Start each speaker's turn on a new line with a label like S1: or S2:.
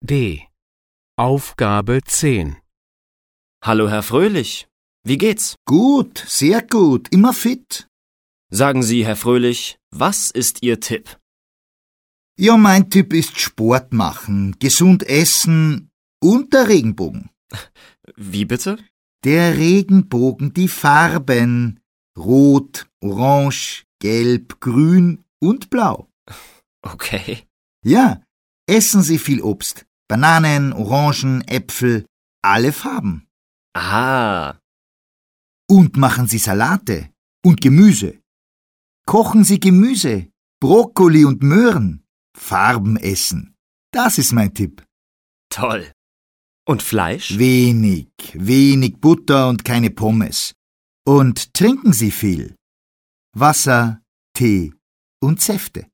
S1: D. Aufgabe 10.
S2: Hallo, Herr Fröhlich. Wie geht's?
S3: Gut, sehr gut, immer fit.
S2: Sagen Sie, Herr Fröhlich, was ist Ihr Tipp?
S3: Ja, mein Tipp ist Sport machen, gesund essen und der Regenbogen.
S2: Wie bitte?
S3: Der Regenbogen, die Farben. Rot, Orange, Gelb, Grün und Blau.
S2: Okay.
S3: Ja, essen Sie viel Obst. Bananen, Orangen, Äpfel, alle Farben.
S2: Ah,
S3: Und machen Sie Salate und Gemüse. Kochen Sie Gemüse, Brokkoli und Möhren. Farben essen. Das ist mein Tipp.
S2: toll. Und Fleisch?
S3: Wenig, wenig Butter und keine Pommes. Und trinken Sie viel. Wasser, Tee und Säfte.